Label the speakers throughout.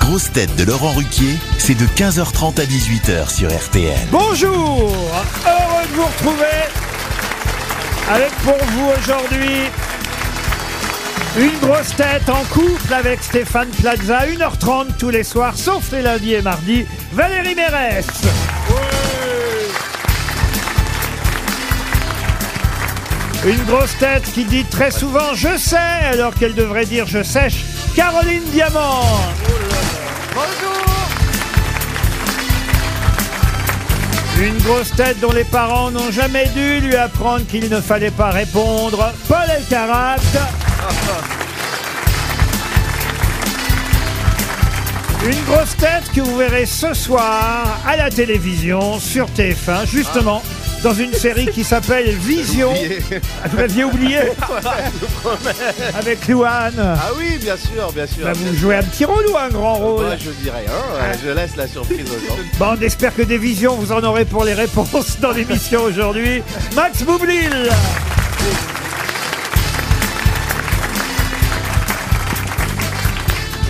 Speaker 1: grosses têtes de Laurent Ruquier, c'est de 15h30 à 18h sur RTL.
Speaker 2: Bonjour Heureux de vous retrouver avec pour vous aujourd'hui une grosse tête en couple avec Stéphane Plaza, 1h30 tous les soirs, sauf les lundis et mardis, Valérie Mérès. Une grosse tête qui dit très souvent je sais alors qu'elle devrait dire je sèche, Caroline Diamant. Une grosse tête dont les parents n'ont jamais dû lui apprendre qu'il ne fallait pas répondre. Paul Elkarat. Une grosse tête que vous verrez ce soir à la télévision sur TF1, justement dans une série qui s'appelle Vision. Ah, Vous l'aviez oublié avec Louane.
Speaker 3: Ah oui, bien sûr, bien sûr.
Speaker 2: Bah, vous jouez un petit rôle ou un grand rôle
Speaker 3: Ouais, je dirais, hein, ouais, je laisse la surprise aux gens.
Speaker 2: Bon, on espère que des visions, vous en aurez pour les réponses dans l'émission aujourd'hui. Max Boublil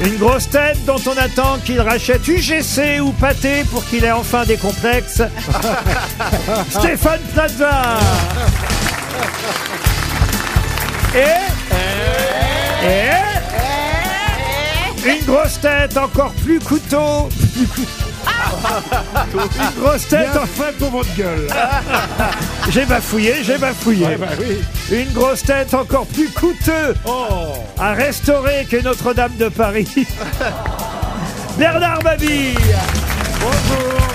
Speaker 2: Une grosse tête dont on attend qu'il rachète UGC ou Pâté pour qu'il ait enfin des complexes. Stéphane Plaza Et... Et... Eh Une grosse tête encore plus couteau. Plus couteau. Une grosse tête en
Speaker 4: Ah. pour votre gueule. bah
Speaker 2: J'ai bafouillé, j'ai bafouillé. Une grosse tête encore plus coûteux
Speaker 4: Oh.
Speaker 2: à restaurer que Notre-Dame de Paris. Bernard Mabille Bonjour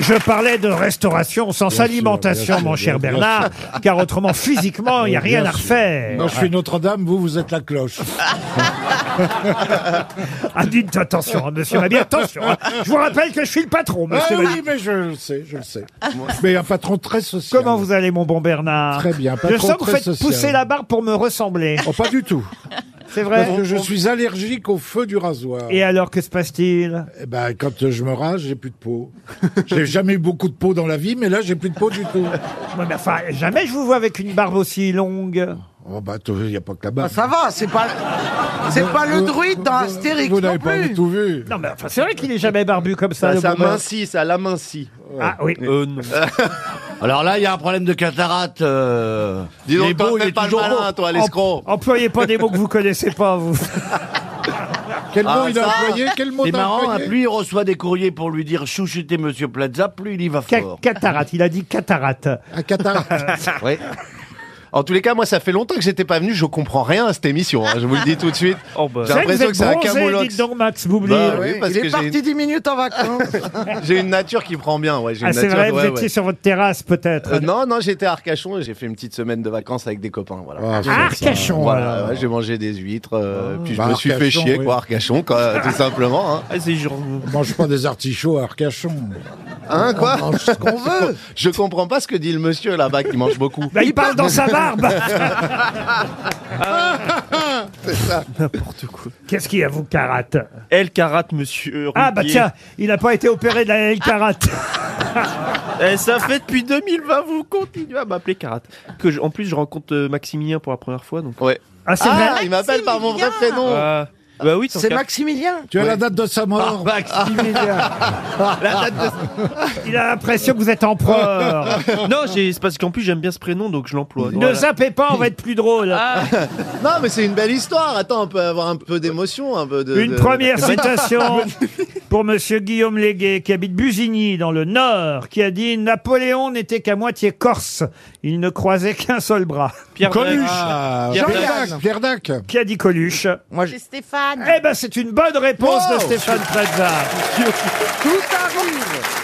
Speaker 2: Je parlais de restauration sans alimentation,
Speaker 4: bien sûr,
Speaker 2: mon cher
Speaker 4: bien
Speaker 2: Bernard, Ah, car autrement, physiquement, il n'y a rien
Speaker 4: Oh, bien
Speaker 2: à
Speaker 4: sûr.
Speaker 2: refaire.
Speaker 4: Moi, je suis Notre-Dame, vous, vous êtes la cloche.
Speaker 2: Ah, dites attention, hein, monsieur Mabille, attention. hein. Je vous rappelle que je suis le patron,
Speaker 4: Ah
Speaker 2: monsieur Mabille.
Speaker 4: oui, mais je le sais, je le sais. Mais un patron très social.
Speaker 2: Comment vous allez, mon bon Bernard
Speaker 4: Très bien,
Speaker 2: Je
Speaker 4: patron
Speaker 2: sens que vous
Speaker 4: très
Speaker 2: faites
Speaker 4: social.
Speaker 2: pousser la barbe pour me ressembler.
Speaker 4: Oh, pas du tout.
Speaker 2: C'est vrai
Speaker 4: Parce que je suis allergique au feu du rasoir.
Speaker 2: Et alors, que se passe-t-il
Speaker 4: Eh ben, quand je me rase, j'ai plus de peau. J'ai jamais eu beaucoup de peau dans la vie, mais là, j'ai plus de peau du tout.
Speaker 2: Ouais, mais enfin, jamais je vous vois avec une barbe aussi longue.
Speaker 4: Oh, bah, il n'y a pas que la bas
Speaker 5: Ça va, c'est pas, c'est pas le druide dans Astérix
Speaker 4: Vous
Speaker 5: non
Speaker 4: n'avez pas
Speaker 5: plus.
Speaker 4: du tout vu.
Speaker 2: Non, mais enfin, c'est vrai qu'il est jamais barbu comme ça.
Speaker 3: Ah, Ça,
Speaker 2: le
Speaker 3: ça
Speaker 2: bon Bernard.
Speaker 3: m'incie, ça l'amincit.
Speaker 2: Ah oui.
Speaker 3: Euh,
Speaker 6: Alors là, il y a un problème de cataracte. euh,
Speaker 3: Dis
Speaker 6: il est
Speaker 3: donc,
Speaker 6: beau,
Speaker 3: toi,
Speaker 6: il
Speaker 3: fais
Speaker 6: est
Speaker 3: pas le
Speaker 6: toujours
Speaker 3: malin,
Speaker 6: beau.
Speaker 3: toi, l'escroc.
Speaker 2: Employez pas des mots que vous connaissez pas, vous.
Speaker 4: Quel mot
Speaker 6: Ah,
Speaker 4: il a
Speaker 6: ça,
Speaker 4: employé Quel mot
Speaker 6: C'est
Speaker 4: t'as
Speaker 6: marrant, hein,
Speaker 4: employé
Speaker 6: plus il reçoit des courriers pour lui dire chouchoutez Monsieur Plaza, plus il y va
Speaker 2: Ca-
Speaker 6: fort.
Speaker 2: cataracte, il a dit cataracte.
Speaker 4: Un cataracte.
Speaker 3: Ouais. En tous les cas, moi, ça fait longtemps que j'étais pas venu, je comprends rien à cette émission, hein, je vous le dis tout de suite. J'ai
Speaker 2: C'est vrai
Speaker 3: l'impression que
Speaker 2: vous
Speaker 3: bah. c'est
Speaker 2: êtes
Speaker 3: un
Speaker 2: bronzé,
Speaker 3: camoulox.
Speaker 2: dites donc, Max Boublil.
Speaker 3: Bah oui, parce
Speaker 5: Il
Speaker 3: que
Speaker 5: est parti
Speaker 3: j'ai
Speaker 5: 10 minutes en vacances.
Speaker 3: une, j'ai une nature qui prend bien, ouais, j'ai
Speaker 2: ah,
Speaker 3: une
Speaker 2: c'est
Speaker 3: nature.
Speaker 2: vrai, vous
Speaker 3: ouais,
Speaker 2: étiez
Speaker 3: ouais.
Speaker 2: sur votre terrasse, peut-être.
Speaker 3: Euh, non, non, j'étais à Arcachon et j'ai fait une petite semaine de vacances avec des copains, voilà.
Speaker 4: Ah, ça,
Speaker 2: Ah, Arcachon,
Speaker 3: Voilà,
Speaker 2: alors.
Speaker 3: ouais, j'ai mangé des huîtres, euh, puis je
Speaker 4: Bah,
Speaker 3: me suis fait
Speaker 4: Arcachon,
Speaker 3: chier,
Speaker 4: oui.
Speaker 3: quoi, Arcachon, quoi, tout simplement. Hein,
Speaker 2: Ah,
Speaker 4: mange pas des artichauts à Arcachon.
Speaker 3: Hein, quoi
Speaker 4: Mange ce qu'on veut.
Speaker 3: Je comprends pas ce que dit le monsieur là-bas qui mange beaucoup.
Speaker 2: Bah, il parle dans sa barbe. c'est ça. N'importe quoi. Qu'est-ce qu'il y a, vous, carate
Speaker 7: El Karat, monsieur.
Speaker 2: Ah, bah
Speaker 7: Ruquier.
Speaker 2: tiens, il n'a pas été opéré de la L carate.
Speaker 7: Eh, ça fait depuis 2020, vous continuez à m'appeler Karat. Que je- en plus, je rencontre euh, Maximilien pour la première fois. Donc,
Speaker 3: Ouais.
Speaker 2: Ah, c'est vrai.
Speaker 3: Ah, il m'appelle par mon vrai prénom.
Speaker 7: Ah, bah oui, tant
Speaker 5: C'est
Speaker 7: qu'à-
Speaker 5: Maximilien.
Speaker 4: Tu as la date de sa mort
Speaker 2: Il a l'impression que vous êtes empereur.
Speaker 7: Non, j'ai- c'est parce qu'en plus, j'aime bien ce prénom, donc je l'emploie.
Speaker 2: Ne
Speaker 7: Voilà.
Speaker 2: zappez pas, on va être plus drôle.
Speaker 3: Non, mais c'est une belle histoire. Attends, on peut avoir un peu d'émotion, un peu de.
Speaker 2: Une
Speaker 3: de-
Speaker 2: première citation pour monsieur Guillaume Légué, qui habite Busigny, dans le Nord, qui a dit « Napoléon n'était qu'à moitié corse. Il ne croisait qu'un seul bras.
Speaker 7: Pierre Dac.
Speaker 4: Ah,
Speaker 7: Pierre
Speaker 4: Pierre
Speaker 7: Dac.
Speaker 4: Dac, Pierre Dac. »
Speaker 2: Qui a dit Coluche
Speaker 8: C'est Stéphane.
Speaker 2: Eh ben, c'est une bonne réponse de
Speaker 3: Wow
Speaker 2: Stéphane Plaza.
Speaker 5: Tout arrive.